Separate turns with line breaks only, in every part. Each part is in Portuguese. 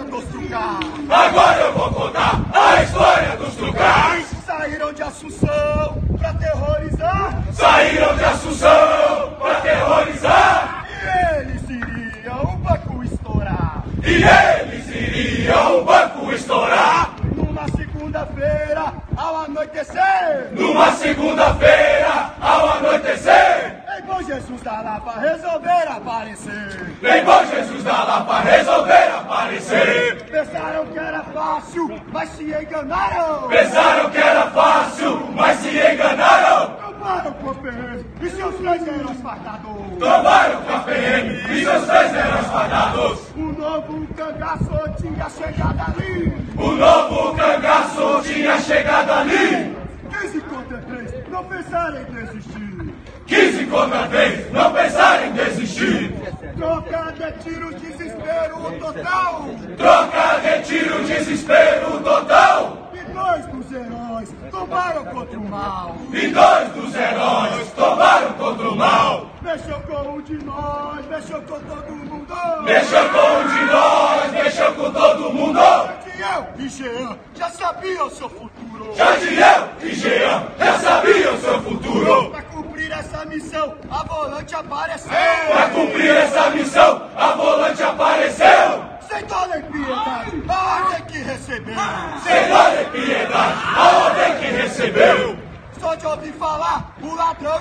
contar.
Agora eu vou contar a história dos tucás.
Saíram de Assunção pra terrorizar.
Saíram de Assunção pra terrorizar.
E eles iriam o banco estourar.
E eles iriam o banco estourar.
Numa segunda-feira, ao anoitecer.
Numa segunda-feira, ao anoitecer.
Vem bom Jesus da Lapa resolver aparecer.
Vem bom Jesus da Lapa resolver aparecer.
Pensaram que era fácil, mas se enganaram.
Pensaram que era fácil, mas se enganaram.
Tomaram com a PM e seus três heróis fardados.
Tomaram com a PM e seus três heróis fardados.
O novo cangaço tinha chegado ali.
O novo cangaço tinha chegado ali.
15 contra 3, é não pensaram em desistir.
15 contra 3, não pensaram em desistir.
Trocada é tiro, desespero total.
Troca, retiro, desespero total.
E dois dos heróis tomaram contra o mal.
E dois dos heróis tomaram contra o mal.
Mexeu com um de nós, mexeu com todo mundo.
Mexeu com um de nós, mexeu com todo mundo.
Daniel e Jean já sabiam seu futuro.
Jadiel e Jean já sabiam seu futuro.
Pra cumprir essa missão, a volante apareceu.
Pra cumprir essa missão, a volante apareceu.
Sem dó nem piedade, a ordem que recebeu.
Sem dó nem piedade, a ordem que recebeu.
Só de ouvir falar, o ladrão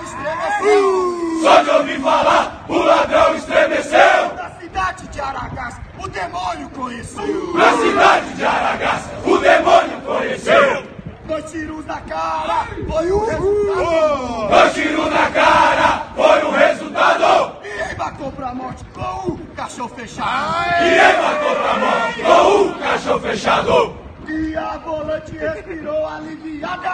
estremeceu.
Só de ouvir falar, o ladrão estremeceu.
Da cidade de Aragás, o demônio conheceu.
Na cidade de Aragás, o demônio conheceu.
Dois tiros na cara, foi o resultado.
Dois tiros na cara, foi o resultado.
Ninguém matou pra morte com o cachorro fechado.
E ele matou pra morte com o caixão fechado.
E a volante respirou aliviada.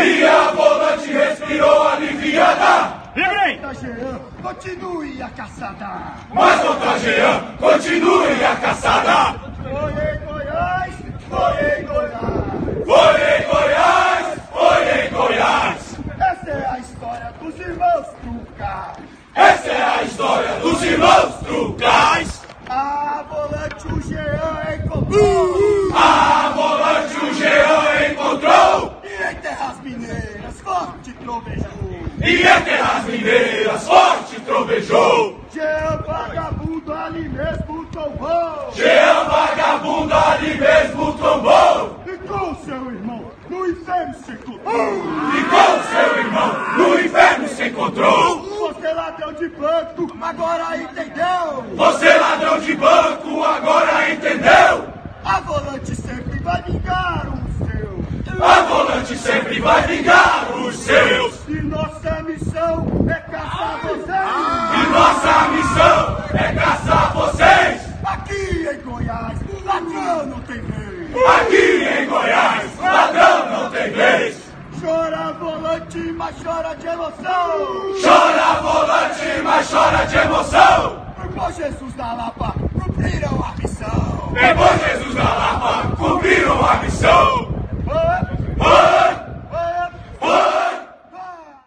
E a volante respirou aliviada.
Livrem!
Da Jean, continue a caçada.
Mas contra Jean, continue a caçada.
Foi em Goiás, foi em Goiás.
Foi em Goiás, foi em Goiás.
Essa é a história dos irmãos Tuca.
Essa é a história dos irmãos Trucais.
A volante o Jean é encontrou.
A volante o Jean encontrou.
E em terras mineiras, forte trovejou.
E em terras mineiras, forte trovejou.
Jean é vagabundo ali mesmo tomou.
Jean vagabundo é ali mesmo trombou
E com seu irmão no inferno se encontrou.
e com seu irmão no inferno se encontrou.
Você ladrão de banco, agora entendeu?
Você ladrão de banco agora entendeu?
A volante sempre vai vingar o seu.
A volante sempre vai vingar os seus.
E nossa missão é caçar vocês.
E nossa missão é caçar vocês
Aqui em Goiás, ladrão não tem vez.
aqui em Goiás. Ladrão não tem vez.
Chora volante, mas chora de emoção.
Chora volante, mas chora de emoção.
Por bom Jesus da Lapa, cumpriram a missão.
É bom Jesus da Lapa, cumpriram a missão.